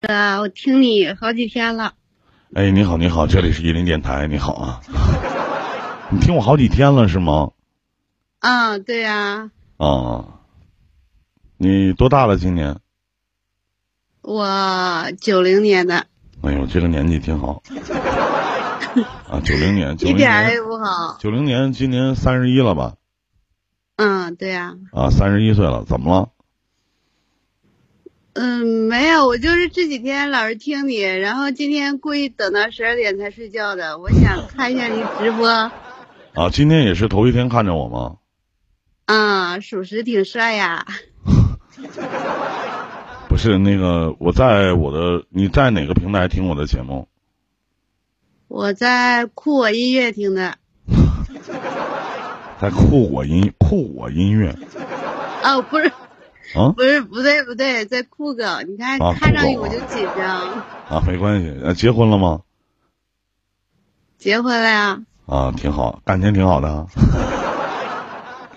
哥，我听你好几天了。哎，你好，你好，这里是伊林电台，你好啊。你听我好几天了是吗？啊，对呀、啊，你多大了？今年？我九零年的，哎呦，这个年纪挺好。啊，九零年，九一零点儿年也，不好。九零年，今年三十一了吧？嗯，对呀、啊，三十一岁了，怎么了？嗯，没有，我就是这几天老是听你，然后今天故意等到十二点才睡觉的。我想看一下你直播，啊，今天也是头一天看着我吗？啊，属实挺帅呀。不是那个，我在我的你在哪个平台听我的节目？我在酷我音乐听的，在酷我音酷我音乐哦，不是，啊不是，不对，不对，在酷狗。你看、啊看上你酷狗我就紧张。啊，没关系。呃、结婚了吗？结婚了呀？啊，挺好，感情挺好的啊。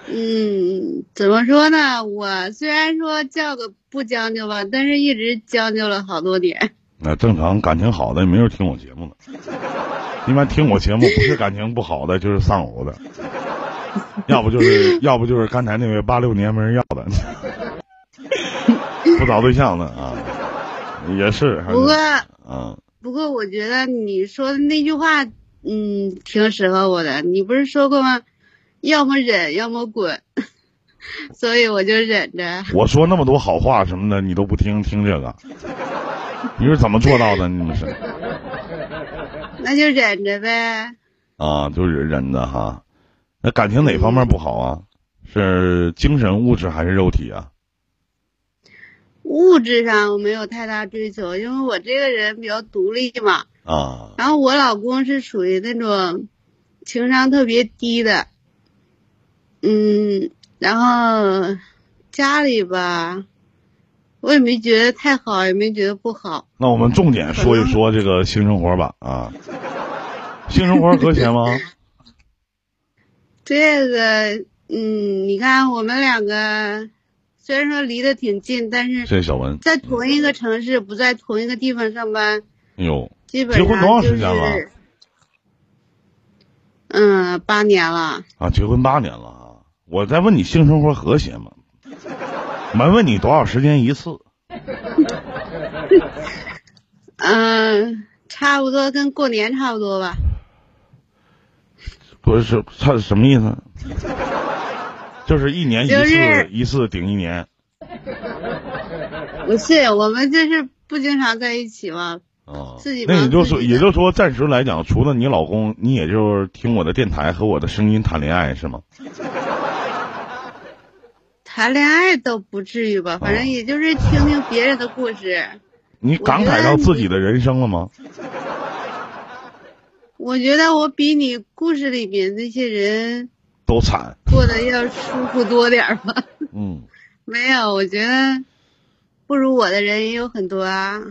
嗯，怎么说呢？我虽然说叫个不将就吧，但是一直将就了好多年。那、正常，感情好的也没人听我节目的。一般听我节目不是感情不好的，就是丧偶的，要不就是要不就是刚才那位八六年没人要的，不找对象的啊，也是。不过，啊，不过我觉得你说的那句话，嗯，挺适合我的。你不是说过吗？要么忍，要么滚。 所以我就忍着。我说那么多好话什么的，你都不听，听这个，你是怎么做到的？你们是那就忍着呗。啊，就是忍的哈。那感情哪方面不好啊？是精神、物质还是肉体啊？物质上我没有太大追求，因为我这个人比较独立嘛。啊，然后我老公是属于那种情商特别低的，嗯，然后家里吧，我也没觉得太好，也没觉得不好。那我们重点说一说这个性生活吧啊。性生活和 谐吗？这个，嗯，你看我们两个虽然说离得挺近，但是谢谢小文。在同一个城市，不在同一个地方上班，哎呦，基本上结婚多长就是时间了嗯，八年了。啊，结婚八年了啊！我在问你性生活和谐吗？没问你多少时间一次嗯，差不多跟过年差不多吧。不是他什么意思？就是一年一次，就是一次顶一年不是，我们就是不经常在一起嘛。啊自己。忙那也就自己说，的也就是说，暂时来讲，除了你老公，你也就是听我的电台和我的声音谈恋爱是吗？谈恋爱倒不至于吧，反正也就是听听别人的故事。你我感觉慨得到你自己的人生了吗？我觉得我比你故事里面那些人都惨，过得要舒服多点儿吧。嗯。没有，我觉得不如我的人也有很多啊。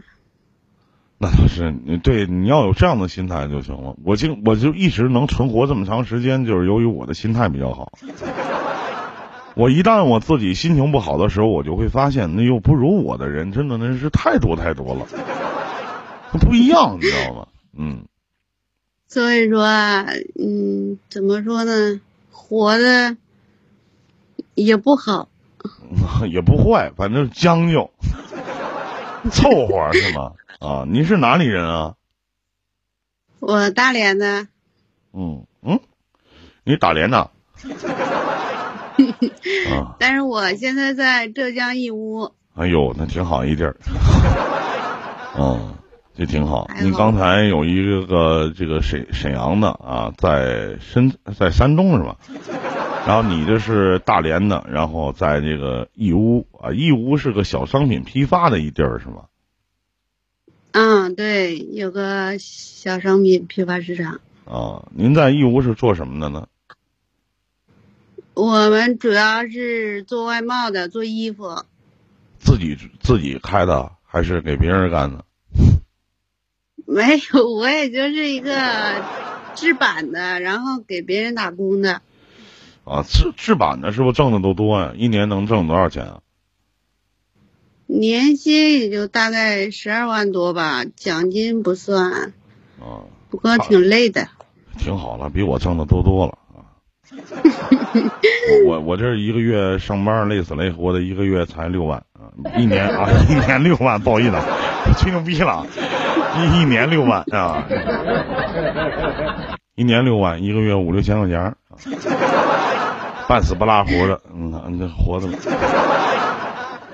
那倒是，你对你要有这样的心态就行了。我就我就一直能存活这么长时间，就是由于我的心态比较好。我一旦我自己心情不好的时候，我就会发现，那又不如我的人，真的那是太多太多了，那不一样，你知道吗？嗯， 所以说啊，嗯，怎么说呢，活的也不好。也不坏，反正将就，凑合是吗？啊，你是哪里人啊？我大连的，嗯嗯，你打连 的？啊。但是我现在在浙江义乌。哎呦，那挺好一地儿，嗯，这挺好。哎呦你刚才有一个这个沈沈阳的啊，在深在山东是吧？然后你这是大连的，然后在这个义乌啊，义乌是个小商品批发的一地儿是吗？嗯，对，有个小商品批发市场。啊，您在义乌是做什么的呢？我们主要是做外贸的，做衣服。自己自己开的还是给别人干的？没有，我也就是一个制版的，然后给别人打工的。啊，制制版的是不是挣的都多呀、一年能挣多少钱啊？年薪也就大概十二万多吧，奖金不算，啊，不过挺累的。挺好了，比我挣的多多了啊！我我我这一个月上班累死累活的，一个月才六万啊，一年啊，一年六万，不好意思，啊，吹牛逼了，啊一一年六万啊，一年六万，一个月五六千块钱儿啊，半死不拉活的，嗯，这活的，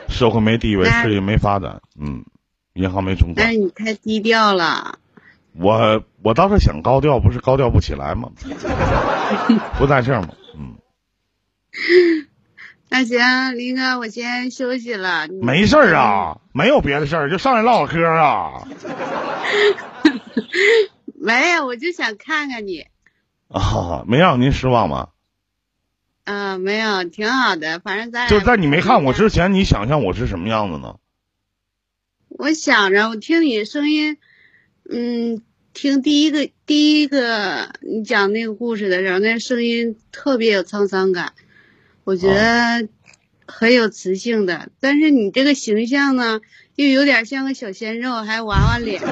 社会没地位，那事业没发展，嗯，银行没存款但，是你太低调了，我我当时想高调，不是高调不起来吗？不在这儿吗？嗯，那行，林哥，我先休息了。你没事儿。啊，没有别的事儿，就上来唠唠嗑儿啊。没有，我就想看看你。啊，没让您失望吧？嗯、没有，挺好的，反正咱俩就在你没看我之前，你想象我是什么样子呢？我想着，我听你声音，嗯，听第一个第一个你讲那个故事的时候，那声音特别有沧桑感，我觉得很有磁性的。但是你这个形象呢，又有点像个小鲜肉，还娃娃脸。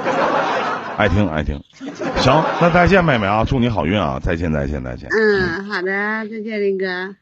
爱听爱听。行，那再见，妹妹啊，祝你好运啊！再见再见再见。嗯，好的，再见，林哥。